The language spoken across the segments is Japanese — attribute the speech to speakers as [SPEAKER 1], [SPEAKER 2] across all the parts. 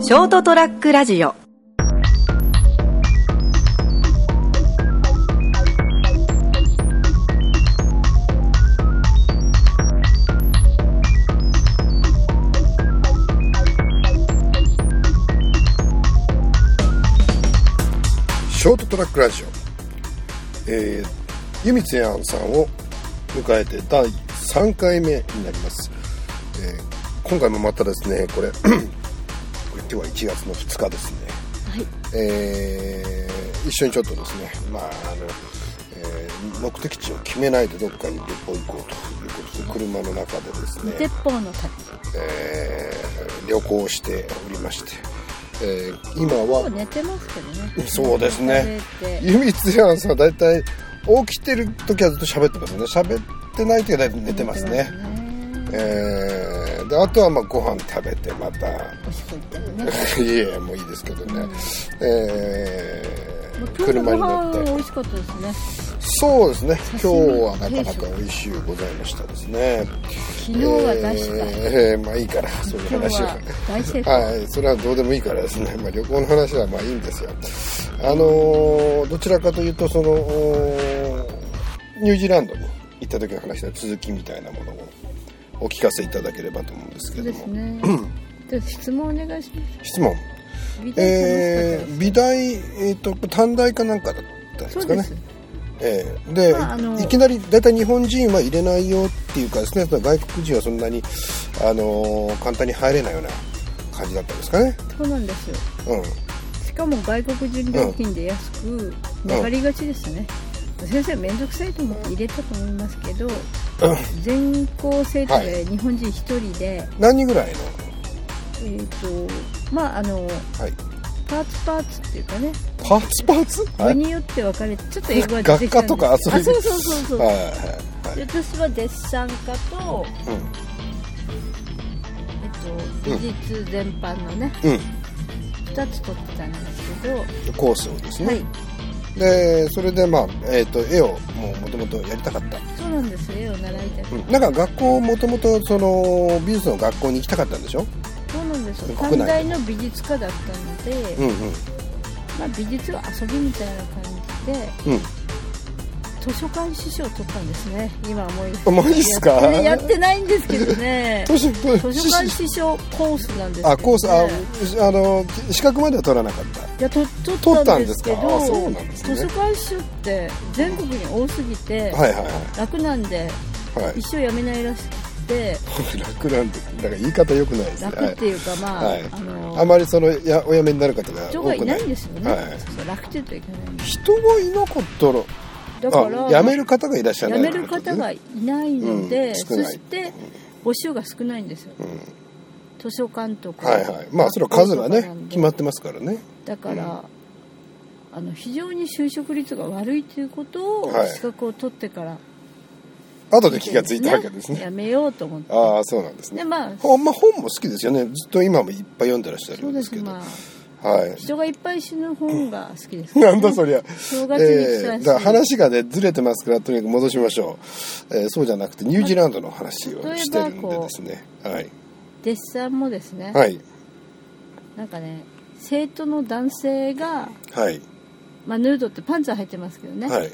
[SPEAKER 1] ショートトラックラジオ
[SPEAKER 2] ショートトラックラジオ、えー、ゆみつやんさんを迎えて第3回目になります、えー今回もまたですねこれ これ今日は1月の2日ですね、えー一緒にちょっとですね、まああのえー目的地を決めないでどっかに旅行行こうということで車の中でですね
[SPEAKER 3] 鉄砲の旅
[SPEAKER 2] えー旅行しておりまして、えー今は
[SPEAKER 3] 今日寝てますけどね
[SPEAKER 2] そうですね
[SPEAKER 3] 食べて
[SPEAKER 2] ゆみつやんさんは大体起きてる時はずっと喋ってますね喋ってない時は大体寝てますねえーであとはまあご飯食べてまた
[SPEAKER 3] おしっこ行ったり ね
[SPEAKER 2] いやいやもういいですけどね、えー
[SPEAKER 3] もう今日の
[SPEAKER 2] 車
[SPEAKER 3] ご
[SPEAKER 2] に乗
[SPEAKER 3] 飯美
[SPEAKER 2] って
[SPEAKER 3] 味しかったですね
[SPEAKER 2] そうですね今日
[SPEAKER 3] 刺身
[SPEAKER 2] はなかなか美味しゅうございましたですね
[SPEAKER 3] 昨日は出した、
[SPEAKER 2] えーえーまあいいからそういう
[SPEAKER 3] 今
[SPEAKER 2] 話
[SPEAKER 3] 日
[SPEAKER 2] は
[SPEAKER 3] は大成功、
[SPEAKER 2] はい、それはどうでもいいからですね、 まあ、旅行の話はまあいいんですよ、あのーどちらかというとその、おーニュージーランドに行った時の話の続きみたいなものをお聞かせいただければと思うんですけ
[SPEAKER 3] そう
[SPEAKER 2] れど
[SPEAKER 3] です
[SPEAKER 2] も、
[SPEAKER 3] ねじゃあ質問お願いします
[SPEAKER 2] 質問、
[SPEAKER 3] 美
[SPEAKER 2] え
[SPEAKER 3] 大楽しかったです
[SPEAKER 2] ー、美大、えー、と短大かなんかだったんで
[SPEAKER 3] そ
[SPEAKER 2] すか
[SPEAKER 3] うで
[SPEAKER 2] ね。
[SPEAKER 3] す
[SPEAKER 2] ええで、
[SPEAKER 3] まああの
[SPEAKER 2] いきなり大体日本人は入れないよっていうかですねその外国人はそんなに、あのー簡単に入れないような感じだったんですかね。
[SPEAKER 3] そうなんですよ
[SPEAKER 2] うん
[SPEAKER 3] しかも外国人料金で安く曲がりがちですね、先生面倒くさいと思って入れたと思いますけど、全校生徒で日本人1人で、
[SPEAKER 2] 何人ぐらいの、
[SPEAKER 3] えっ、とまああの
[SPEAKER 2] はい、
[SPEAKER 3] パーツパーツっていうかね
[SPEAKER 2] パーツパーツ、は
[SPEAKER 3] 部
[SPEAKER 2] い、
[SPEAKER 3] によって分かれてちょっと英語が出て
[SPEAKER 2] 学
[SPEAKER 3] きた
[SPEAKER 2] 科
[SPEAKER 3] んで
[SPEAKER 2] と
[SPEAKER 3] す
[SPEAKER 2] かそうい
[SPEAKER 3] あ
[SPEAKER 2] う
[SPEAKER 3] そうそうそうそう、
[SPEAKER 2] はいはい
[SPEAKER 3] で私はデッサン科と、
[SPEAKER 2] は
[SPEAKER 3] えっと、美術全般のね、
[SPEAKER 2] いうん、うん
[SPEAKER 3] 2つ取ってたんですけど、
[SPEAKER 2] コースをですね、
[SPEAKER 3] はい
[SPEAKER 2] でそれでまあ、えー、と絵をもともとやりたかった、
[SPEAKER 3] そうなんです絵を習いたい、
[SPEAKER 2] うん、なんか学校もともとその美術の学校に行きたかったんでしょ
[SPEAKER 3] そうなんですよ
[SPEAKER 2] 国内
[SPEAKER 3] 短大の美術科だったので、
[SPEAKER 2] うんうん
[SPEAKER 3] まあ、美術は遊びみたいな感じで
[SPEAKER 2] うん
[SPEAKER 3] 図書館師匠を取ったんですね今はもう
[SPEAKER 2] あマジっすか
[SPEAKER 3] やってやってないんですけどね
[SPEAKER 2] 図書
[SPEAKER 3] 図書館師匠コースなんですけど、ね、
[SPEAKER 2] あコースああの資格までは取らなかった
[SPEAKER 3] いやと
[SPEAKER 2] 取
[SPEAKER 3] 取
[SPEAKER 2] っ
[SPEAKER 3] ったた
[SPEAKER 2] ん
[SPEAKER 3] ん
[SPEAKER 2] で
[SPEAKER 3] ですす
[SPEAKER 2] か
[SPEAKER 3] けど
[SPEAKER 2] あそうなんですね
[SPEAKER 3] 図書館司書って全国に多すぎて
[SPEAKER 2] はいはい
[SPEAKER 3] 楽なんで
[SPEAKER 2] はいは
[SPEAKER 3] 一生やめないらしくて
[SPEAKER 2] い楽なんでなんか言い方良くないですね
[SPEAKER 3] 楽っていうかまあ、
[SPEAKER 2] はい
[SPEAKER 3] あ
[SPEAKER 2] はい、あ
[SPEAKER 3] の
[SPEAKER 2] まりそのやお辞めになる方が
[SPEAKER 3] 人
[SPEAKER 2] 多
[SPEAKER 3] がい
[SPEAKER 2] くな
[SPEAKER 3] ないいんですよね、
[SPEAKER 2] はい
[SPEAKER 3] そうそう楽って言うといけないんで
[SPEAKER 2] 人がいなかったら
[SPEAKER 3] だから
[SPEAKER 2] あ辞める方がいらっしゃ
[SPEAKER 3] 辞
[SPEAKER 2] らない
[SPEAKER 3] める方がいないので、
[SPEAKER 2] うん少
[SPEAKER 3] そ
[SPEAKER 2] ない
[SPEAKER 3] して募集が少ないんですよ、図書館とか、
[SPEAKER 2] はいはいまあそれは数が
[SPEAKER 3] 学校とかな
[SPEAKER 2] ね
[SPEAKER 3] んで
[SPEAKER 2] 決まってますからね
[SPEAKER 3] だから、あの非常に就職率が悪いということを
[SPEAKER 2] はい
[SPEAKER 3] 資格を取ってから
[SPEAKER 2] 後で気がついたわけですね
[SPEAKER 3] やめようと思って
[SPEAKER 2] ああそうなんですね
[SPEAKER 3] でまあ
[SPEAKER 2] ほんま本も好きですよねずっと今もいっぱい読んでらっしゃる
[SPEAKER 3] そうん
[SPEAKER 2] で
[SPEAKER 3] ですす
[SPEAKER 2] けど
[SPEAKER 3] まあ
[SPEAKER 2] はい
[SPEAKER 3] 人がいっぱい死ぬ本が好きです、
[SPEAKER 2] なんだそりゃ、
[SPEAKER 3] 正月に来たし
[SPEAKER 2] えーだから話がねずれてますからとにかく戻しましょう、えーそうじゃなくてニュージーランドの話をしてるんでですねはい
[SPEAKER 3] デッサンもですね、
[SPEAKER 2] はい
[SPEAKER 3] なんかね生徒の男性が、
[SPEAKER 2] はい
[SPEAKER 3] まあ、ヌードってパンツは入ってますけどね、
[SPEAKER 2] はい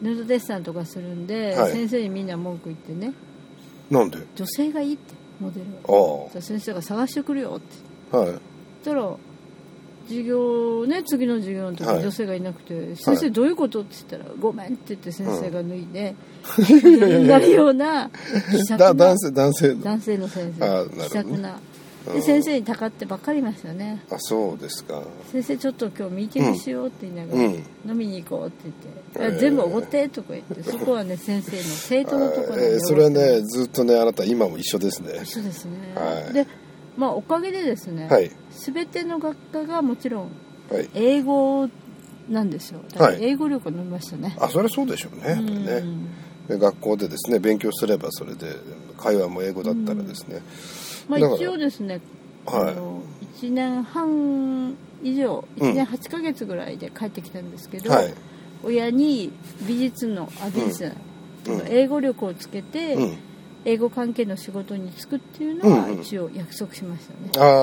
[SPEAKER 3] ヌードデッサンとかするんで、
[SPEAKER 2] はい
[SPEAKER 3] 先生にみんな文句言ってね
[SPEAKER 2] なんで
[SPEAKER 3] 女性がいいってモデル
[SPEAKER 2] あ
[SPEAKER 3] を
[SPEAKER 2] あ
[SPEAKER 3] じゃあ先生が探してくるよって
[SPEAKER 2] はい
[SPEAKER 3] 言ったら授業ね次の授業の時
[SPEAKER 2] はい
[SPEAKER 3] 女性がいなくて、先生どういうことって言ったら「ごめん」って言って先生が脱い で、モデルになるような気さく
[SPEAKER 2] だ
[SPEAKER 3] な
[SPEAKER 2] 男性男性
[SPEAKER 3] 男性の先
[SPEAKER 2] あーなるほどね
[SPEAKER 3] 生気さくな
[SPEAKER 2] う
[SPEAKER 3] で
[SPEAKER 2] ん
[SPEAKER 3] 先生にたかってばっかりいましたね
[SPEAKER 2] あそうですか
[SPEAKER 3] 先生ちょっと今日ミーティングしようって言いながら、
[SPEAKER 2] うん
[SPEAKER 3] 飲みに行こうって言って、
[SPEAKER 2] えー
[SPEAKER 3] 全部おごってとか 言ってそこはね先生の生徒のところ
[SPEAKER 2] あ
[SPEAKER 3] な
[SPEAKER 2] ー
[SPEAKER 3] んで
[SPEAKER 2] えーそれはねずっとねあなた今も一緒ですね
[SPEAKER 3] そうですね、
[SPEAKER 2] はい
[SPEAKER 3] でまあおかげでですね、
[SPEAKER 2] はい
[SPEAKER 3] 全ての学科がもちろん
[SPEAKER 2] はい
[SPEAKER 3] 英語なんですよだから
[SPEAKER 2] はい
[SPEAKER 3] 英語力伸びましたね、
[SPEAKER 2] あそれはそうでしょうねやっぱりねで学校でですね勉強すればそれで会話も英語だったらですね、
[SPEAKER 3] まあ、
[SPEAKER 2] だから
[SPEAKER 3] 一応ですね、
[SPEAKER 2] はい
[SPEAKER 3] あの1年半以上1
[SPEAKER 2] うん
[SPEAKER 3] 年8ヶ月ぐらいで帰ってきたんですけど、
[SPEAKER 2] はい
[SPEAKER 3] 親に美術のあ美術じゃない
[SPEAKER 2] うん
[SPEAKER 3] 英語力をつけて、
[SPEAKER 2] うん
[SPEAKER 3] 英語関係の仕事に就くっていうのは一応約束しましたね、
[SPEAKER 2] ああ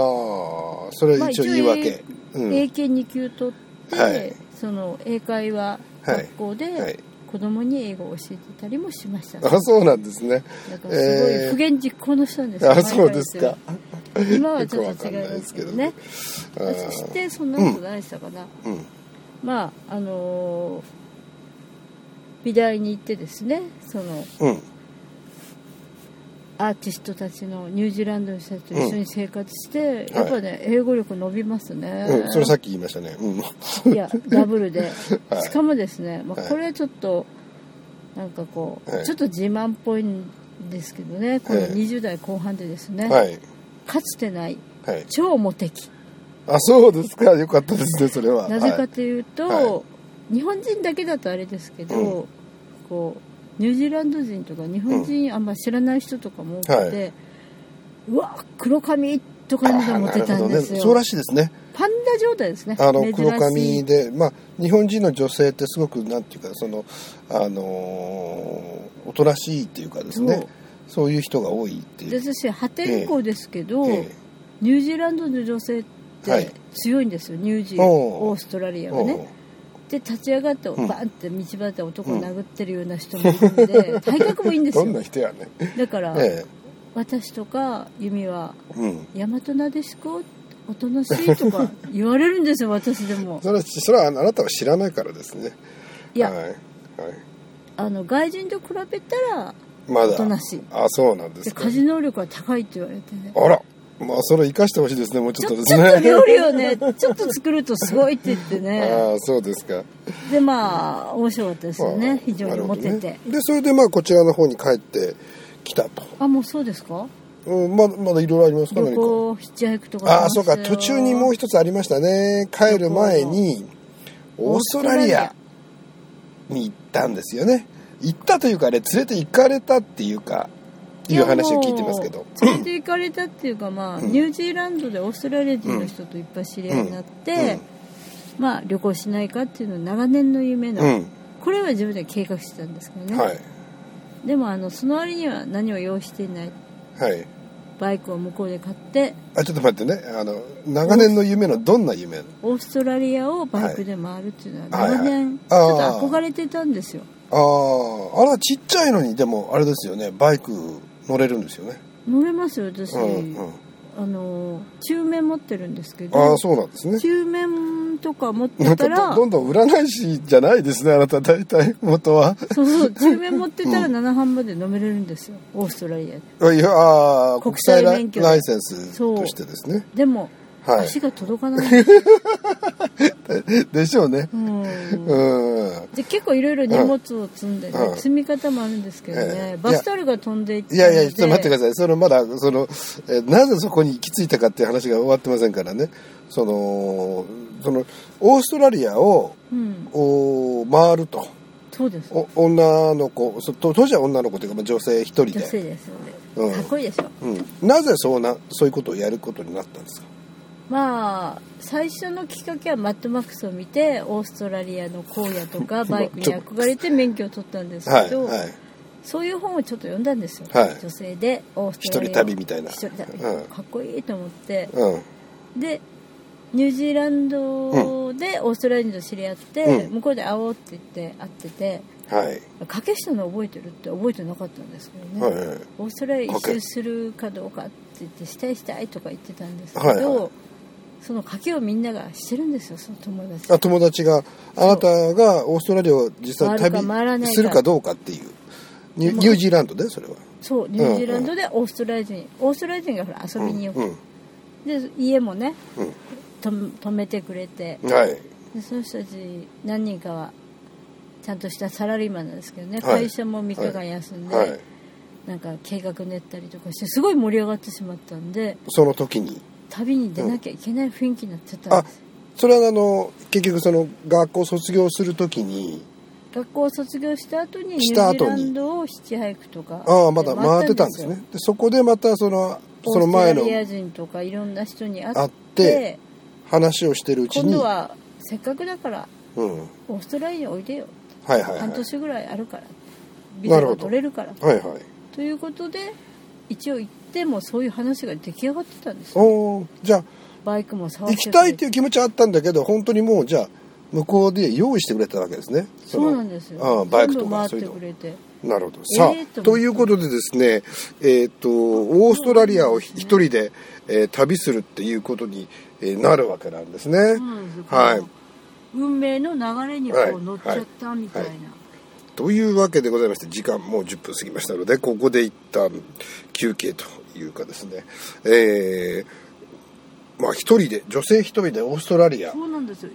[SPEAKER 2] それは一応言い
[SPEAKER 3] まあ
[SPEAKER 2] 訳
[SPEAKER 3] 一、
[SPEAKER 2] うん
[SPEAKER 3] 英検2級取って、
[SPEAKER 2] はい
[SPEAKER 3] その英会話学校
[SPEAKER 2] はい
[SPEAKER 3] で子供に英語を教えていたりもしました、
[SPEAKER 2] あそうなんですね
[SPEAKER 3] だからすごい
[SPEAKER 2] えー
[SPEAKER 3] 不言実行の人なんですよ
[SPEAKER 2] あそうですか
[SPEAKER 3] 今はちょっと違い
[SPEAKER 2] よくわかんない
[SPEAKER 3] ま
[SPEAKER 2] ですす
[SPEAKER 3] け
[SPEAKER 2] け
[SPEAKER 3] ど
[SPEAKER 2] ど
[SPEAKER 3] ね
[SPEAKER 2] ねあ
[SPEAKER 3] あそ
[SPEAKER 2] ー
[SPEAKER 3] してそんなことないしたかな、
[SPEAKER 2] うん
[SPEAKER 3] まああのー美大に行ってですねその
[SPEAKER 2] うん
[SPEAKER 3] アーティストたちのニュージーランドの人たちと一緒に生活して、
[SPEAKER 2] うん
[SPEAKER 3] やっぱね、英語力伸びますね、
[SPEAKER 2] うん、それさっき言いましたね。うん。
[SPEAKER 3] いやダブルで、
[SPEAKER 2] はい
[SPEAKER 3] しかもですね、まあ、
[SPEAKER 2] はい
[SPEAKER 3] これはちょっとなんかこう、
[SPEAKER 2] はい
[SPEAKER 3] ちょっと自慢っぽいんですけどねこの
[SPEAKER 2] ええ
[SPEAKER 3] 20代後半でです ね、
[SPEAKER 2] はい。
[SPEAKER 3] かつてない
[SPEAKER 2] はい。
[SPEAKER 3] 超モテ期
[SPEAKER 2] あ、そうですか。よかったですね、それは。
[SPEAKER 3] なぜかというと、
[SPEAKER 2] は
[SPEAKER 3] 日本人だけだとあれですけど、
[SPEAKER 2] う
[SPEAKER 3] こうニュージーランド人とか日本人あんま知らない人とかも多くて、
[SPEAKER 2] は
[SPEAKER 3] うわ黒髪とか
[SPEAKER 2] はい、
[SPEAKER 3] いうのがモテたんです
[SPEAKER 2] あーなるほどね
[SPEAKER 3] よ、
[SPEAKER 2] そうらしいですね。
[SPEAKER 3] パンダ状態ですね
[SPEAKER 2] あの
[SPEAKER 3] 珍しい
[SPEAKER 2] 黒髪で、まあ、日本人の女性ってすごくなんていうかその、あのーおとなしいっていうかですね
[SPEAKER 3] そう
[SPEAKER 2] そういう人が多いってい
[SPEAKER 3] で
[SPEAKER 2] う、
[SPEAKER 3] すし破天荒ですけど、
[SPEAKER 2] ええ
[SPEAKER 3] ニュージーランドの女性っ
[SPEAKER 2] はい
[SPEAKER 3] て強いんですよ、ニュージーランド
[SPEAKER 2] おう
[SPEAKER 3] オーストラリアがねで立ち上がってバ
[SPEAKER 2] ん
[SPEAKER 3] ーンって道端で男を殴ってるような人もいるんで、体格もいい
[SPEAKER 2] う
[SPEAKER 3] んで
[SPEAKER 2] ん
[SPEAKER 3] す
[SPEAKER 2] どん
[SPEAKER 3] よ
[SPEAKER 2] な人やね、
[SPEAKER 3] だから、
[SPEAKER 2] え
[SPEAKER 3] 私とか弓は
[SPEAKER 2] えうん、
[SPEAKER 3] 「大和なでしこおとなしい」とか言われるんですよ私でも
[SPEAKER 2] それはそれはあなたは知らないからですね
[SPEAKER 3] いや、
[SPEAKER 2] はいはい、
[SPEAKER 3] あの外人と比べたら
[SPEAKER 2] まだ
[SPEAKER 3] おとなしい
[SPEAKER 2] あそうなんで
[SPEAKER 3] です
[SPEAKER 2] か
[SPEAKER 3] 家事能力が高いって言われてね
[SPEAKER 2] あらまあそれ生かしてほしいですねもうち
[SPEAKER 3] ち
[SPEAKER 2] ょっとで
[SPEAKER 3] ょち
[SPEAKER 2] す
[SPEAKER 3] ょっと
[SPEAKER 2] ね
[SPEAKER 3] 料理をね ちょっと作るとすごいって言ってね
[SPEAKER 2] ああそうですか
[SPEAKER 3] でまあ面白かったですよ
[SPEAKER 2] まあ
[SPEAKER 3] ね非常にモ
[SPEAKER 2] な
[SPEAKER 3] テ
[SPEAKER 2] るほど
[SPEAKER 3] て、
[SPEAKER 2] ねでそれでまあこちらの方に帰ってきたと、
[SPEAKER 3] あもうそうですか
[SPEAKER 2] うん、まだまだいろいろありますか
[SPEAKER 3] 旅
[SPEAKER 2] 何か
[SPEAKER 3] 行ヒッチハイクとか
[SPEAKER 2] ああそうか途中にもう一つありましたね帰る前にオーストラリアに行ったんですよね行ったというかあれ連れて行かれたっていうかいう話を聞いてますけど
[SPEAKER 3] 連れて行かれたっていうか、まあ、ニュージーランドでオーストラリア人の人といっぱい知り合いになって、まあ、旅行しないかっていうのは長年の夢の、
[SPEAKER 2] うん
[SPEAKER 3] これは自分で計画してたんですけどね、
[SPEAKER 2] はい
[SPEAKER 3] でもあのその割には何を用意していない
[SPEAKER 2] はい
[SPEAKER 3] バイクを向こうで買って
[SPEAKER 2] あちょっと待ってねあの長年の夢のどんな夢
[SPEAKER 3] オーストラリアをバイクで回るっていうのは
[SPEAKER 2] はい
[SPEAKER 3] 長年ち
[SPEAKER 2] はい
[SPEAKER 3] ょっ
[SPEAKER 2] はいあー
[SPEAKER 3] と憧れてたんですよ、
[SPEAKER 2] あああらちっちゃいのにでもあれですよねバイク乗れるんですよね
[SPEAKER 3] 乗れますよ私、
[SPEAKER 2] うんうん
[SPEAKER 3] あの中面持ってるんですけ
[SPEAKER 2] あ
[SPEAKER 3] ど
[SPEAKER 2] あそうなんですね
[SPEAKER 3] 中面とか持っ
[SPEAKER 2] な
[SPEAKER 3] て
[SPEAKER 2] ん
[SPEAKER 3] た
[SPEAKER 2] か
[SPEAKER 3] ら
[SPEAKER 2] どんどん占い師じゃないですねあなた大体元は
[SPEAKER 3] そうそう中面持ってたら7半まで飲めれるんですよオーストラリアで
[SPEAKER 2] いやあー
[SPEAKER 3] 国
[SPEAKER 2] 国
[SPEAKER 3] 際
[SPEAKER 2] 際ラ
[SPEAKER 3] 免許
[SPEAKER 2] ライセンスとしてですね
[SPEAKER 3] でも、
[SPEAKER 2] はい
[SPEAKER 3] 足が届かない、
[SPEAKER 2] でしょうね
[SPEAKER 3] うん、
[SPEAKER 2] うん
[SPEAKER 3] で結構いろいろ荷物を積んで、ね
[SPEAKER 2] うん
[SPEAKER 3] 積み方もあるんですけどね、
[SPEAKER 2] ええ
[SPEAKER 3] バスタオルが飛んでいって
[SPEAKER 2] いやいやちょっと待ってく
[SPEAKER 3] だ
[SPEAKER 2] ださいそのまだそのえなぜそこに行き着いたかっていう話が終わってませんからねそのそのオーストラリアを
[SPEAKER 3] さい、うん、
[SPEAKER 2] お回ると
[SPEAKER 3] そうです
[SPEAKER 2] お女の子そ当当時は女の子というかまあ女性一人
[SPEAKER 3] 女性
[SPEAKER 2] で、
[SPEAKER 3] ですよね、
[SPEAKER 2] うん
[SPEAKER 3] かっこいいでしょ
[SPEAKER 2] うん、なぜそうなそういうことをやることになったんですか
[SPEAKER 3] まあ最初のきっかけはマッドマックスを見てオーストラリアの荒野とかバイクに憧れて免許を取ったんです
[SPEAKER 2] は
[SPEAKER 3] け
[SPEAKER 2] い
[SPEAKER 3] ど、
[SPEAKER 2] はい
[SPEAKER 3] そういう本をちょっと読んだんですよ、
[SPEAKER 2] はい
[SPEAKER 3] 女性でオーストラリ
[SPEAKER 2] 一
[SPEAKER 3] ア
[SPEAKER 2] 人旅みたいな
[SPEAKER 3] 一人旅
[SPEAKER 2] うん
[SPEAKER 3] かっこいいと思って、
[SPEAKER 2] うん
[SPEAKER 3] でニュージーランドでオーストラリア人と知り合って、
[SPEAKER 2] うん
[SPEAKER 3] 向こうで会おうって言って会ってて
[SPEAKER 2] はい
[SPEAKER 3] 掛けしたの覚えてるって覚えてなかったんですけどね、
[SPEAKER 2] はいはい
[SPEAKER 3] オーストラリア一
[SPEAKER 2] 賭
[SPEAKER 3] 周
[SPEAKER 2] け
[SPEAKER 3] するかどうかって言ってしたいしたいとか言ってたんですけど、
[SPEAKER 2] はいはい
[SPEAKER 3] その賭けをみんながしてるんですよその友達
[SPEAKER 2] あ友達があなたがオーストラリアを実際
[SPEAKER 3] 回るか回らな
[SPEAKER 2] 旅
[SPEAKER 3] いか
[SPEAKER 2] するかどうかっていうニュニュージーランドでそれは
[SPEAKER 3] そうニュージーランドでオーストラリア人オーストラリア人がほら遊びによく、
[SPEAKER 2] うん
[SPEAKER 3] で家もね
[SPEAKER 2] うん
[SPEAKER 3] と泊めてくれて
[SPEAKER 2] うんはい
[SPEAKER 3] でその人たち何人かはちゃんとしたサラリーマンなんですけどね、
[SPEAKER 2] はい
[SPEAKER 3] 会社も3日間休んで、
[SPEAKER 2] はい
[SPEAKER 3] なんか計画練ったりとかしてすごい盛り上がってしまったんで
[SPEAKER 2] その時に
[SPEAKER 3] 旅に出なきゃいけない雰囲気になっちゃったん
[SPEAKER 2] あ
[SPEAKER 3] です、
[SPEAKER 2] それはあの結局その学校卒業する時に
[SPEAKER 3] 学校を卒業した後にニュージ
[SPEAKER 2] した後
[SPEAKER 3] ー
[SPEAKER 2] に
[SPEAKER 3] ランドをヒッチハイクとか
[SPEAKER 2] ああまだ回ってたんです
[SPEAKER 3] よ
[SPEAKER 2] ねでそこでまたそのその前
[SPEAKER 3] オー
[SPEAKER 2] の
[SPEAKER 3] ストラリア人とかいろんな人に会って
[SPEAKER 2] 会って話をしてるうち
[SPEAKER 3] 今
[SPEAKER 2] に
[SPEAKER 3] 度はせっかくだから
[SPEAKER 2] うんはい
[SPEAKER 3] オーストラリアにおいでよ、
[SPEAKER 2] はいはい
[SPEAKER 3] 半年ぐらいあるからビ
[SPEAKER 2] な
[SPEAKER 3] ザ
[SPEAKER 2] る
[SPEAKER 3] が
[SPEAKER 2] ほど
[SPEAKER 3] 取れるから
[SPEAKER 2] はいはい
[SPEAKER 3] ということで一応行ってもそういう話が出来上がってたんですよ
[SPEAKER 2] おーじゃあ
[SPEAKER 3] バイクも触っ
[SPEAKER 2] 行
[SPEAKER 3] て
[SPEAKER 2] きたいっていう気持ちはあったんだけど本当にもうじゃあ向こうで用意してくれたわけですね
[SPEAKER 3] そ
[SPEAKER 2] の
[SPEAKER 3] うなんですよ
[SPEAKER 2] ああバイクと
[SPEAKER 3] 全部
[SPEAKER 2] か
[SPEAKER 3] 回っ
[SPEAKER 2] そうい
[SPEAKER 3] て
[SPEAKER 2] うの
[SPEAKER 3] くれて
[SPEAKER 2] なるほどさあ、
[SPEAKER 3] えーと思った
[SPEAKER 2] ということでですねえーっ、とオーストラリアを一人で、えー旅するっていうことにえーなるわけなんですね、
[SPEAKER 3] そうなんですよ
[SPEAKER 2] はい
[SPEAKER 3] この運命の流れにこ
[SPEAKER 2] はいう
[SPEAKER 3] 乗っちゃったみたいな、
[SPEAKER 2] はいというわけでございまして時間もう10分過ぎましたのでここで一旦休憩というかですねえーまあ一人で女性一人でオーストラリア
[SPEAKER 3] そうなんですよ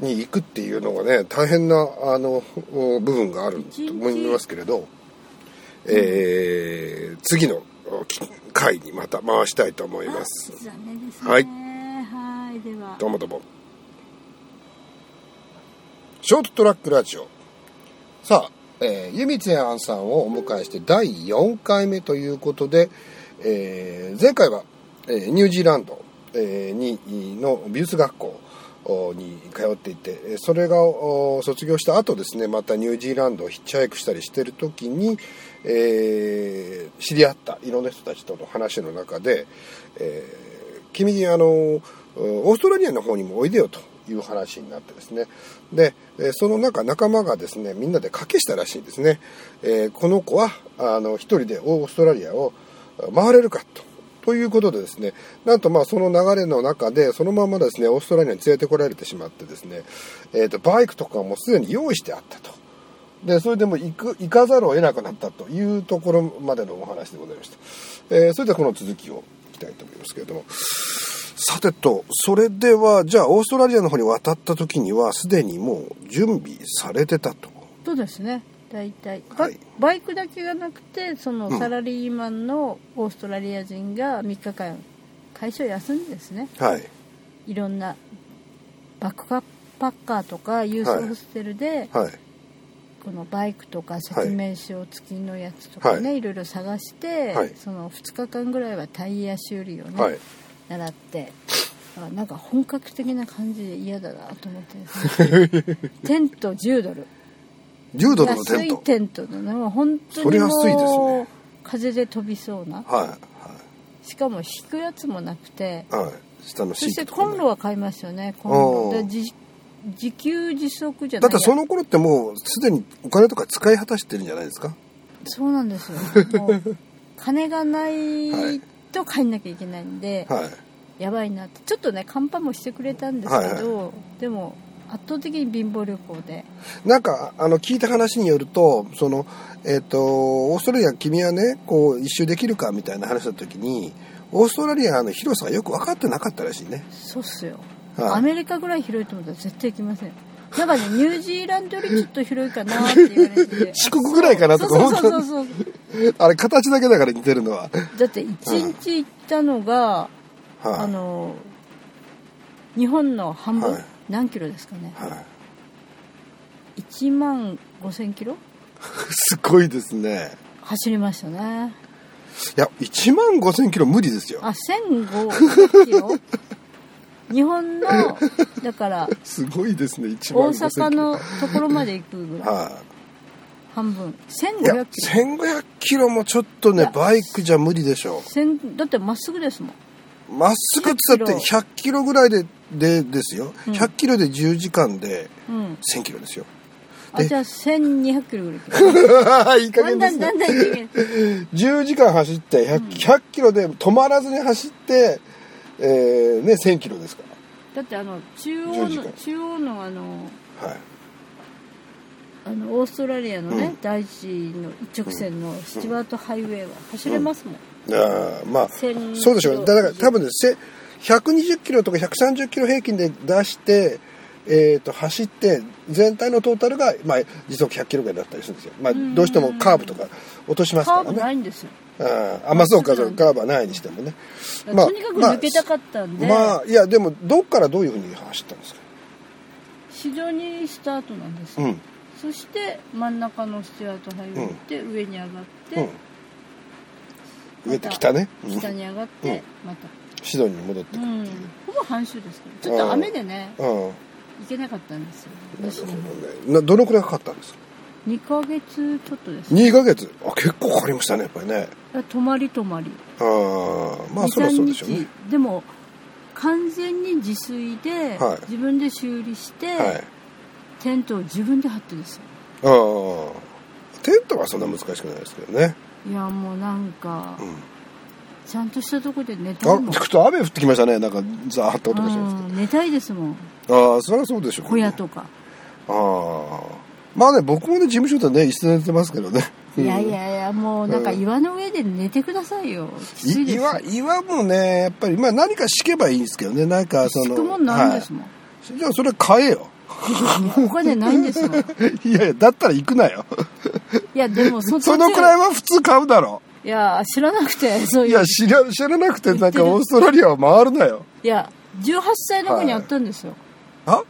[SPEAKER 2] に行くっていうのがね大変なあのお部分がある
[SPEAKER 3] 一日
[SPEAKER 2] と思いますけれど、えー次のおき回にまた回したいと思います
[SPEAKER 3] あ残念ですね
[SPEAKER 2] はい
[SPEAKER 3] はいでは
[SPEAKER 2] どうもどうもショートトラックラジオさあ、えー、ゆみつやあんさんをお迎えして第4回目ということで、えー前回は、えーニュージーランド、えーにの美術学校おに通っていてえーそれがお卒業した後ですねまたニュージーランドをヒッチハイクしたりしてる時に、えー知り合ったいろんな人たちとの話の中で、えー君あのおオーストラリアの方にもおいでよという話になってですねでえーその中仲間がですねみんなで賭けしたらしいんですね、えーこの子はあの一人でオーストラリアを回れるかと。ということでですね、なんとまあその流れの中で、そのままですね、オーストラリアに連れてこられてしまってですね、えっ、と、バイクとかもすでに用意してあったと。で、それでもう行く、行かざるを得なくなったというところまでのお話でございました。えーそれではこの続きをいきたいと思いますけれども。さてと、それでは、じゃあオーストラリアの方に渡った時には、すでにもう準備されてたと。
[SPEAKER 3] そうですね大体バ,、
[SPEAKER 2] はい
[SPEAKER 3] バイクだけがなくてそのサラリーマンのオーストラリア人が3日間会社を休んでですね
[SPEAKER 2] はい。
[SPEAKER 3] いろんなバックパッカーとかユースホステルで、
[SPEAKER 2] はい。
[SPEAKER 3] このバイクとか説明書付きのやつとかね、、
[SPEAKER 2] はい
[SPEAKER 3] ろいろ探して、
[SPEAKER 2] はい
[SPEAKER 3] その2日間ぐらいはタイヤ修理をね、
[SPEAKER 2] はい。
[SPEAKER 3] 習ってあなんか本格的な感じで嫌だなと思ってですね テント10ドル
[SPEAKER 2] 10ドルの
[SPEAKER 3] 安
[SPEAKER 2] テン
[SPEAKER 3] い
[SPEAKER 2] ト。
[SPEAKER 3] テントなの本当
[SPEAKER 2] そ
[SPEAKER 3] に
[SPEAKER 2] りゃ安いです
[SPEAKER 3] も
[SPEAKER 2] ね
[SPEAKER 3] う風で飛びそうな
[SPEAKER 2] はい。は
[SPEAKER 3] しかも引くやつもなくて
[SPEAKER 2] い。はい。下のシ
[SPEAKER 3] そし
[SPEAKER 2] ー
[SPEAKER 3] て
[SPEAKER 2] トとかね
[SPEAKER 3] コンロは買いましたよねコンロ
[SPEAKER 2] おー
[SPEAKER 3] で自自給自足じゃな
[SPEAKER 2] だ
[SPEAKER 3] い
[SPEAKER 2] ってその頃ってもうすでにお金とか使い果たしてるんじゃないですか
[SPEAKER 3] そうなん ですよもう金がないと帰んなきゃいけないんで、
[SPEAKER 2] はい
[SPEAKER 3] やばいなってちょっとねカンパもしてくれたんですけど、でも圧倒的に貧乏旅行で
[SPEAKER 2] なんかあの聞いた話によるとそのえっ、とオーストラリア君はねこう一周できるかみたいな話した時にオーストラリアの広さがよく分かってなかったらしいね
[SPEAKER 3] そうっすよ、
[SPEAKER 2] はい
[SPEAKER 3] アメリカぐらい広いと思ったら絶対行きませんなんかねニュージーランドよりちょっと広いかなって言われてて
[SPEAKER 2] 四国ぐらいかなとか
[SPEAKER 3] そ
[SPEAKER 2] 思
[SPEAKER 3] う
[SPEAKER 2] っ
[SPEAKER 3] そうそう
[SPEAKER 2] た
[SPEAKER 3] そうそう
[SPEAKER 2] あれ形だけだから似てるのは
[SPEAKER 3] だって一日行ったのが、あ
[SPEAKER 2] はい
[SPEAKER 3] の日本の半分、
[SPEAKER 2] はい
[SPEAKER 3] 何キロですかね
[SPEAKER 2] はい
[SPEAKER 3] 1万5000キロ
[SPEAKER 2] すごいですね
[SPEAKER 3] 走りましたね
[SPEAKER 2] いや1万5千キロ無理ですよ
[SPEAKER 3] あ1005キ ロ日本のだから
[SPEAKER 2] すごいですね1
[SPEAKER 3] 大
[SPEAKER 2] 万5千キロ
[SPEAKER 3] 阪のところまで行くぐらい
[SPEAKER 2] はい
[SPEAKER 3] 半分
[SPEAKER 2] いや
[SPEAKER 3] 1500キロ
[SPEAKER 2] 1500キロもちょっと
[SPEAKER 3] い
[SPEAKER 2] ね
[SPEAKER 3] や
[SPEAKER 2] バイクじゃ無理でしょ
[SPEAKER 3] 千だってまっすぐですもん
[SPEAKER 2] うまっすぐっつったって100キロぐらいででですよ、
[SPEAKER 3] うん
[SPEAKER 2] 100キロで10時間で
[SPEAKER 3] うん
[SPEAKER 2] 1000キロですよ
[SPEAKER 3] あ
[SPEAKER 2] え
[SPEAKER 3] じゃあ1200キロぐらい
[SPEAKER 2] い
[SPEAKER 3] 行く
[SPEAKER 2] い加
[SPEAKER 3] だ
[SPEAKER 2] 減で
[SPEAKER 3] んだ
[SPEAKER 2] す
[SPEAKER 3] ん
[SPEAKER 2] ね
[SPEAKER 3] だんだん行け る
[SPEAKER 2] 10時間走って100 100キロで止まらずに走って、えーね、1000キロですか
[SPEAKER 3] だってあの中央
[SPEAKER 2] 10時
[SPEAKER 3] の
[SPEAKER 2] 間
[SPEAKER 3] 中央のあの
[SPEAKER 2] らはい
[SPEAKER 3] あのオーストラリアのね、
[SPEAKER 2] うん
[SPEAKER 3] 大地の一直線のスチュワートハイウェイは走れますもん、
[SPEAKER 2] あーまあ
[SPEAKER 3] 1000
[SPEAKER 2] そうでしょうねだから多分ねせ120キロとか130キロ平均で出して、えー、と走って全体のトータルが、まあ、時速100キロぐらいだったりするんですよ、まあ、
[SPEAKER 3] ん
[SPEAKER 2] どうしてもカーブとか落とします
[SPEAKER 3] カ
[SPEAKER 2] か
[SPEAKER 3] ー
[SPEAKER 2] ら
[SPEAKER 3] ブな
[SPEAKER 2] ね
[SPEAKER 3] いんですよ、
[SPEAKER 2] ああまあそうかそうかカーブはないにしてもね、
[SPEAKER 3] だからとにかく抜けたかったんで、
[SPEAKER 2] まあまあいやでもどっからどういうふうに走ったんですか
[SPEAKER 3] 非常にスタートなんです
[SPEAKER 2] う
[SPEAKER 3] よ、
[SPEAKER 2] ん
[SPEAKER 3] そして真ん中のスチュワートハイウェイ行って上に上がって、
[SPEAKER 2] うん上って
[SPEAKER 3] また
[SPEAKER 2] 北ね、うん
[SPEAKER 3] 北に上がって、また
[SPEAKER 2] シドニーに戻って
[SPEAKER 3] う
[SPEAKER 2] くる、
[SPEAKER 3] ん、ほぼ半周ですけどちょっと雨でね
[SPEAKER 2] うん
[SPEAKER 3] 行けなかったんですよ西
[SPEAKER 2] そ
[SPEAKER 3] の
[SPEAKER 2] う
[SPEAKER 3] 方
[SPEAKER 2] ねなどのくらいかかったんですか
[SPEAKER 3] 2ヶ月ちょっとですね
[SPEAKER 2] 2ヶ月あ結構かかりましたねやっぱりね
[SPEAKER 3] あ泊まり泊まり
[SPEAKER 2] ああまあそりゃそうでしょうね
[SPEAKER 3] 2 3日でも完全に自炊で、
[SPEAKER 2] はい
[SPEAKER 3] 自分で修理して、
[SPEAKER 2] はい
[SPEAKER 3] テントを自分で張ってですよ
[SPEAKER 2] ああテントはそんな難しくないですけどね
[SPEAKER 3] いやもうなんか、
[SPEAKER 2] うん
[SPEAKER 3] ちゃんとしたとこで寝たいも
[SPEAKER 2] あ
[SPEAKER 3] ん
[SPEAKER 2] ちょっと雨降ってきましたねなんかザーッと音がします
[SPEAKER 3] うん、寝たいですもん
[SPEAKER 2] けどああそりゃそうでしょう
[SPEAKER 3] 小
[SPEAKER 2] ね
[SPEAKER 3] 屋とか、
[SPEAKER 2] ああまあね僕もね事務所でね一緒に寝てますけどね
[SPEAKER 3] いやいやいやもうなんか岩の上で寝てくださいよ、きつい
[SPEAKER 2] い
[SPEAKER 3] ですよ
[SPEAKER 2] 岩岩もねやっぱり、まあ、何か敷けばいいんですけどねなんかその
[SPEAKER 3] 敷くもんないんですもん、
[SPEAKER 2] はい、じゃあそれ買えよ
[SPEAKER 3] お金ないんですもんい
[SPEAKER 2] いやいやだったら行くなよ
[SPEAKER 3] や でもそ
[SPEAKER 2] そのくらい
[SPEAKER 3] い
[SPEAKER 2] は普通買うだろ
[SPEAKER 3] いや知らなくてそう
[SPEAKER 2] い
[SPEAKER 3] いう
[SPEAKER 2] や知ら知らなくてなん
[SPEAKER 3] 行って
[SPEAKER 2] か
[SPEAKER 3] る
[SPEAKER 2] オーストラリアは回るなよ
[SPEAKER 3] いや18歳の子にあったんですよ、
[SPEAKER 2] あ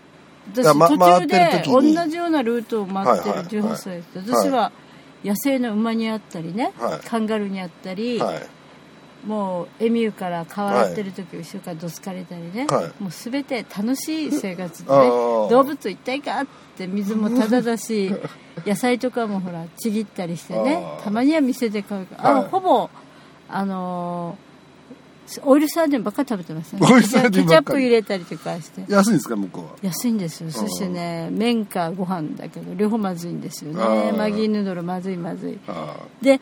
[SPEAKER 3] 私
[SPEAKER 2] だま
[SPEAKER 3] 途
[SPEAKER 2] 回
[SPEAKER 3] 中
[SPEAKER 2] ってる
[SPEAKER 3] で
[SPEAKER 2] 時
[SPEAKER 3] 同
[SPEAKER 2] に
[SPEAKER 3] じようなルートを回
[SPEAKER 2] はい
[SPEAKER 3] ってる
[SPEAKER 2] はいはい
[SPEAKER 3] 18歳です、
[SPEAKER 2] はい
[SPEAKER 3] 私は野生の馬に会ったりね、
[SPEAKER 2] はい
[SPEAKER 3] カンガルーに会ったり、
[SPEAKER 2] はい
[SPEAKER 3] もうエミューから変わってる時後ろからどつかれたりね、
[SPEAKER 2] は
[SPEAKER 3] もう全て楽しい生活で、
[SPEAKER 2] あ
[SPEAKER 3] ね、
[SPEAKER 2] ー
[SPEAKER 3] 動物一体かって水もタダだし 野菜とかもほらちぎったりしてね
[SPEAKER 2] あー
[SPEAKER 3] たまには店で買うからあの
[SPEAKER 2] はい
[SPEAKER 3] ほぼあのーオイルサーディンばっかり食べてましたね
[SPEAKER 2] オイルサーディン
[SPEAKER 3] ケ
[SPEAKER 2] ば
[SPEAKER 3] チャ
[SPEAKER 2] っ
[SPEAKER 3] ッ
[SPEAKER 2] か
[SPEAKER 3] プ
[SPEAKER 2] り
[SPEAKER 3] 入れたりとかして
[SPEAKER 2] 安いんですか向こうは
[SPEAKER 3] 安いんですよそしてね麺かご飯だけど両方まずいんですよ
[SPEAKER 2] あ
[SPEAKER 3] ね
[SPEAKER 2] ー
[SPEAKER 3] マギーヌードルまずいまずい
[SPEAKER 2] あ
[SPEAKER 3] で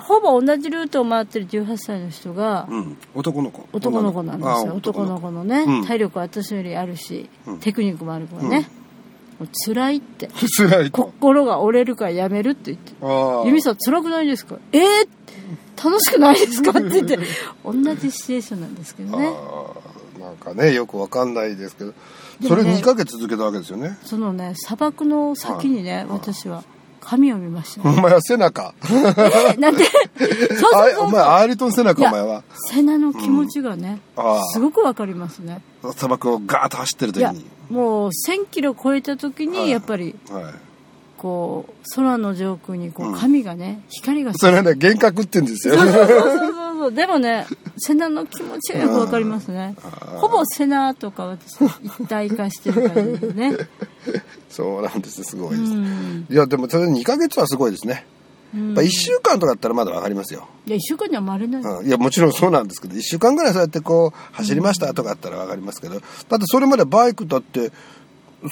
[SPEAKER 3] ほぼ同じルートを回ってる18歳の人が、
[SPEAKER 2] あうん男の子
[SPEAKER 3] 男の子なんです
[SPEAKER 2] あ
[SPEAKER 3] よ
[SPEAKER 2] あ
[SPEAKER 3] 男の子のね、
[SPEAKER 2] うん
[SPEAKER 3] 体力は私よりあるし、
[SPEAKER 2] うん
[SPEAKER 3] テクニックもあるからね、もう辛いって
[SPEAKER 2] 辛いと
[SPEAKER 3] 心が折れるからやめるって言って
[SPEAKER 2] ああ
[SPEAKER 3] 由美さん辛くないですかえー、楽しくないですかって言って同じシチュエーションなんですけどね
[SPEAKER 2] ああなんかねよくわかんないですけど
[SPEAKER 3] で
[SPEAKER 2] そ
[SPEAKER 3] も
[SPEAKER 2] れ
[SPEAKER 3] ね
[SPEAKER 2] 2ヶ月続けたわけですよね
[SPEAKER 3] そのね砂漠の先にね私は神を見ました
[SPEAKER 2] お
[SPEAKER 3] ね、
[SPEAKER 2] 前は背中
[SPEAKER 3] え なんでそうそう
[SPEAKER 2] あお
[SPEAKER 3] そう
[SPEAKER 2] 前アーリトン背中
[SPEAKER 3] い
[SPEAKER 2] お
[SPEAKER 3] や
[SPEAKER 2] 前は
[SPEAKER 3] 瀬名の気持ちがね、
[SPEAKER 2] うんああ
[SPEAKER 3] すごくわかりますね
[SPEAKER 2] 砂漠をガーッと走ってる
[SPEAKER 3] い
[SPEAKER 2] 時
[SPEAKER 3] や
[SPEAKER 2] に
[SPEAKER 3] もう1 0 0 0キロ超えた時
[SPEAKER 2] はい
[SPEAKER 3] にやっぱり、
[SPEAKER 2] はい
[SPEAKER 3] こう空の上空にこう神がね、光が
[SPEAKER 2] それはね幻覚って言うんですよ
[SPEAKER 3] そうそうそうそうでもね瀬名の気持ちがよくわかります ねほぼ瀬名とか私一体化してる感じで ね
[SPEAKER 2] そうなんですすごいうです
[SPEAKER 3] ん
[SPEAKER 2] いやでもそれ2ヶ月はすごいですね
[SPEAKER 3] うん
[SPEAKER 2] 1週間とかだったらまだわかりますよ
[SPEAKER 3] いや一週間には回れない、
[SPEAKER 2] うんいやもちろんそうなんですけど1週間ぐらいそうやってこう走りましたとかあったらわかりますけどだってそれまでバイクだって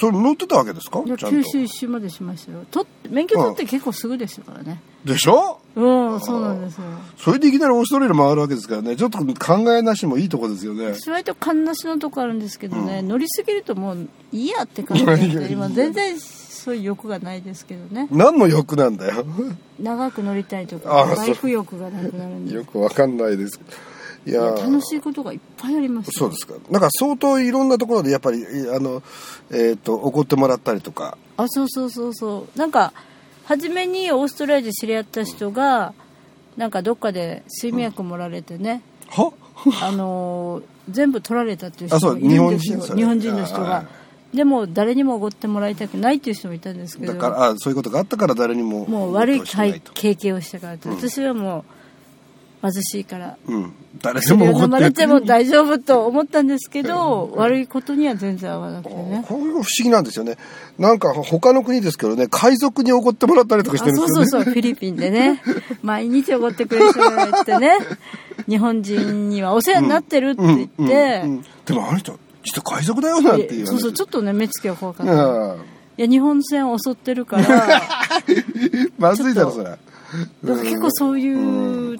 [SPEAKER 2] それ乗ってたわけですか
[SPEAKER 3] い
[SPEAKER 2] ちゃ
[SPEAKER 3] や
[SPEAKER 2] んと
[SPEAKER 3] 九州一周までしましたよ取って免許取って結構すぐでしたからね
[SPEAKER 2] でしょ
[SPEAKER 3] うん、そうなんですよ
[SPEAKER 2] それでいきなりオーストラリア回るわけですからねちょっと考えなしもいいとこですよね
[SPEAKER 3] 私割と神無しのとこあるんですけどね、乗りすぎるともういいやって感じなんで今全然そういう欲がないですけどね
[SPEAKER 2] 何の欲なんだよ
[SPEAKER 3] 長く乗りたいと
[SPEAKER 2] あ
[SPEAKER 3] か
[SPEAKER 2] そう
[SPEAKER 3] バイク欲がなくなるんで
[SPEAKER 2] よくわかんないですいやー
[SPEAKER 3] 楽しいことがいっぱいあります
[SPEAKER 2] そうですかなんか相当いろんなところでやっぱりいあのえっ、と怒ってもらったりとか
[SPEAKER 3] あそうそうそうそうなんか初めにオーストラリアで知り合った人がなんかどっかで睡眠薬盛られてね、
[SPEAKER 2] は
[SPEAKER 3] あのー全部取られたっていう
[SPEAKER 2] あそ
[SPEAKER 3] 人
[SPEAKER 2] う
[SPEAKER 3] もいるんですよ
[SPEAKER 2] 日本人それ
[SPEAKER 3] 日本人の人
[SPEAKER 2] あ
[SPEAKER 3] がでも誰にもおごってもらいたくないっていう人もいたんですけ
[SPEAKER 2] だ
[SPEAKER 3] ど
[SPEAKER 2] からあそういうことがあったから誰にも
[SPEAKER 3] もう悪い
[SPEAKER 2] しないと
[SPEAKER 3] 経験をしたからって、私はもう貧しいから
[SPEAKER 2] うん誰で
[SPEAKER 3] それ
[SPEAKER 2] も
[SPEAKER 3] を飲
[SPEAKER 2] 怒
[SPEAKER 3] ま
[SPEAKER 2] って
[SPEAKER 3] れても大丈夫と思ったんですけど、悪いことには全然合わなくてね
[SPEAKER 2] これが不思議なんですよねなんか他の国ですけどね海賊に怒ってもらったりとかしてる
[SPEAKER 3] あ
[SPEAKER 2] ん
[SPEAKER 3] そ
[SPEAKER 2] で
[SPEAKER 3] う
[SPEAKER 2] すよ
[SPEAKER 3] そ
[SPEAKER 2] ね
[SPEAKER 3] うそうフィリピン でね毎日おごってくれる人がいてね日本人にはお世話になってるって言って、
[SPEAKER 2] うんうんうんでもあの人実は海賊だよなんてい
[SPEAKER 3] で
[SPEAKER 2] う
[SPEAKER 3] そうそうち
[SPEAKER 2] ょっ
[SPEAKER 3] ょっとね目つきが怖かった、い
[SPEAKER 2] と
[SPEAKER 3] や日本船襲ってるからな
[SPEAKER 2] まずいだろそれ
[SPEAKER 3] んか結構そういう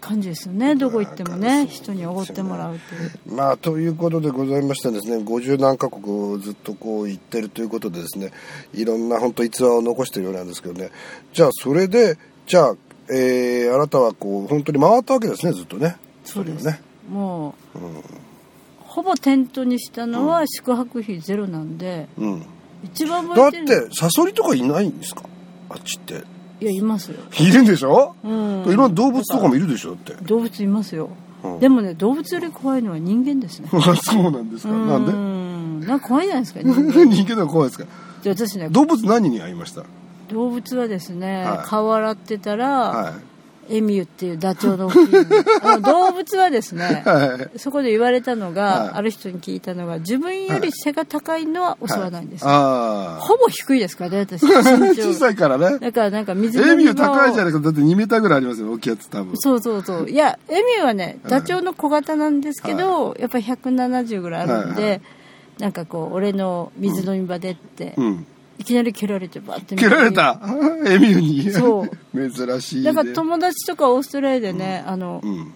[SPEAKER 3] 感じですよねどこ行ってもね人におごってもらうっていう
[SPEAKER 2] まあということでございましてですね50何カ国をずっとこう行ってるということでですねいろんな本当逸話を残してるようなんですけどねじゃあそれでじゃあ、えーあなたはこう本当に回ったわけですねずっとね
[SPEAKER 3] そうです
[SPEAKER 2] れをね
[SPEAKER 3] もう、ほぼテントにしたのは宿泊費ゼロなんで、
[SPEAKER 2] うん
[SPEAKER 3] 一番
[SPEAKER 2] だ
[SPEAKER 3] 覚
[SPEAKER 2] っ
[SPEAKER 3] えてるの
[SPEAKER 2] てサソリとかいないんですかあっちって
[SPEAKER 3] いやいますよ
[SPEAKER 2] いるんでしょ、
[SPEAKER 3] うん
[SPEAKER 2] いろんな動物とかもいるでしょだって
[SPEAKER 3] 動物いますよ、
[SPEAKER 2] うん
[SPEAKER 3] でもね動物より怖いのは人間ですね
[SPEAKER 2] そうなんですかなんで
[SPEAKER 3] うんなんか怖いじゃないですか人間
[SPEAKER 2] 人間の方が怖いですか
[SPEAKER 3] で私ね
[SPEAKER 2] 動物何に会いました
[SPEAKER 3] 動物はですね、
[SPEAKER 2] はい
[SPEAKER 3] 顔洗ってたら、
[SPEAKER 2] は
[SPEAKER 3] エミューっていうダチョウの 大きいのあの動物はですね、
[SPEAKER 2] は
[SPEAKER 3] そこで言われたのが、
[SPEAKER 2] はい
[SPEAKER 3] ある人に聞いたのが自分より背が高いのは襲わないんです、
[SPEAKER 2] あ
[SPEAKER 3] ほぼ低いですからね私
[SPEAKER 2] あ。
[SPEAKER 3] 身長
[SPEAKER 2] 小さいからね。
[SPEAKER 3] だからなんか水
[SPEAKER 2] エミュー高いじゃ
[SPEAKER 3] ん
[SPEAKER 2] ないか。だって2メーターぐらいありますよ、大きいやつ多分。
[SPEAKER 3] そうそうそういやエミューはねダチョウの小型なんですけど、やっぱ170ぐらいあるんで、
[SPEAKER 2] はいは
[SPEAKER 3] なんかこう俺の水飲み場でって、
[SPEAKER 2] うん。
[SPEAKER 3] いきなり蹴られてバッて見
[SPEAKER 2] 蹴
[SPEAKER 3] て
[SPEAKER 2] られた エミューに。
[SPEAKER 3] そう
[SPEAKER 2] 珍しい、ね。
[SPEAKER 3] だから友達とかオーストラリアでね、あの
[SPEAKER 2] うん。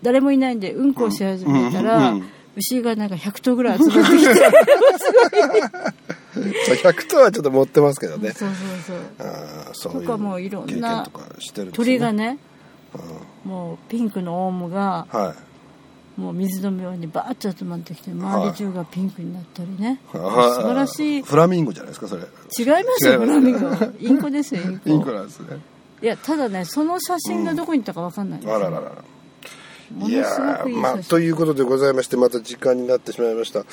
[SPEAKER 3] 誰もいないんでうんこをし始めたら、
[SPEAKER 2] うんうんうん
[SPEAKER 3] 牛がなんか100頭ぐらい集まってきて
[SPEAKER 2] そう100とはちょっと持ってますけ どね。
[SPEAKER 3] そうそうそう
[SPEAKER 2] ああ、そういう。
[SPEAKER 3] とかもういろんな
[SPEAKER 2] 経験とかしてるんですね
[SPEAKER 3] 鳥がねもうピンクのオウムが
[SPEAKER 2] はい。
[SPEAKER 3] もう水のようにバーッと集まってきて周り中がピンクになったりね、
[SPEAKER 2] あ
[SPEAKER 3] 素晴らしい違い
[SPEAKER 2] フラミンゴじゃないですか、それ。
[SPEAKER 3] ますよ
[SPEAKER 2] 違います
[SPEAKER 3] フラミンゴ インコですよインコ
[SPEAKER 2] インコなんですね。
[SPEAKER 3] いやただねその写真がどこに行ったか分かんないん
[SPEAKER 2] あ
[SPEAKER 3] ですよ
[SPEAKER 2] らららら。
[SPEAKER 3] も
[SPEAKER 2] い
[SPEAKER 3] の
[SPEAKER 2] や
[SPEAKER 3] すごくいい
[SPEAKER 2] ーまあ、
[SPEAKER 3] 写
[SPEAKER 2] と
[SPEAKER 3] 真
[SPEAKER 2] いうことでございまして、また時間になってしまいました。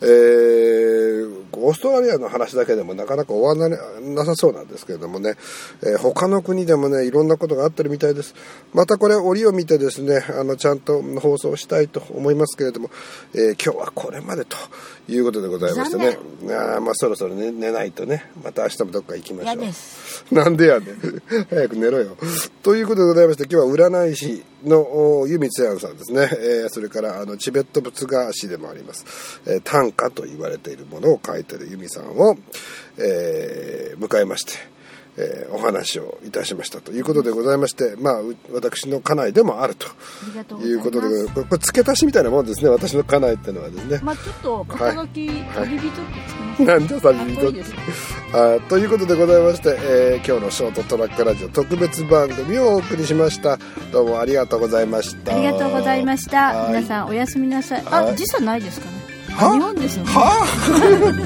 [SPEAKER 2] えー、オーストラリアの話だけでもなかなか終わらななさそうなんですけれどもね、えー他の国でもね、いろんなことがあってるみたいです。またこれ、折を見てですね、あの、ちゃんと放送したいと思いますけれども、えー今日はこれまでということでございましてね、あーまあ、そろそろ、ね、寝ないとね、また明日もどっか行きましょう。
[SPEAKER 3] 嫌です
[SPEAKER 2] なんでやねん。早く寝ろよ。ということでございまして、今日は占い師のお湯光やんさんですね。えーそれから、あの、チベット仏画師でもあります。えー短歌と言われているものを書いている由美さんを、えー迎えまして、えーお話をいたしましたということでございまして、まあ、う私の家内でもあると
[SPEAKER 3] りがとうござ
[SPEAKER 2] い
[SPEAKER 3] います
[SPEAKER 2] うことでございます、これこれ付け足しみたいなもんですね、私の家内ってのはですね。
[SPEAKER 3] まあちょっと肩書き、
[SPEAKER 2] はい
[SPEAKER 3] 旅人ってつけます
[SPEAKER 2] なんだ旅
[SPEAKER 3] かっこい
[SPEAKER 2] 人
[SPEAKER 3] いですね
[SPEAKER 2] あーということでございまして、えー今日のショートトラックラジオ特別番組をお送りしましたどうもありがとうございました
[SPEAKER 3] ありがとうございました。
[SPEAKER 2] はい
[SPEAKER 3] 皆さんおやすみなさい。
[SPEAKER 2] は
[SPEAKER 3] あ、
[SPEAKER 2] い
[SPEAKER 3] 時差ないですかね。
[SPEAKER 2] は
[SPEAKER 3] 日本ですよね。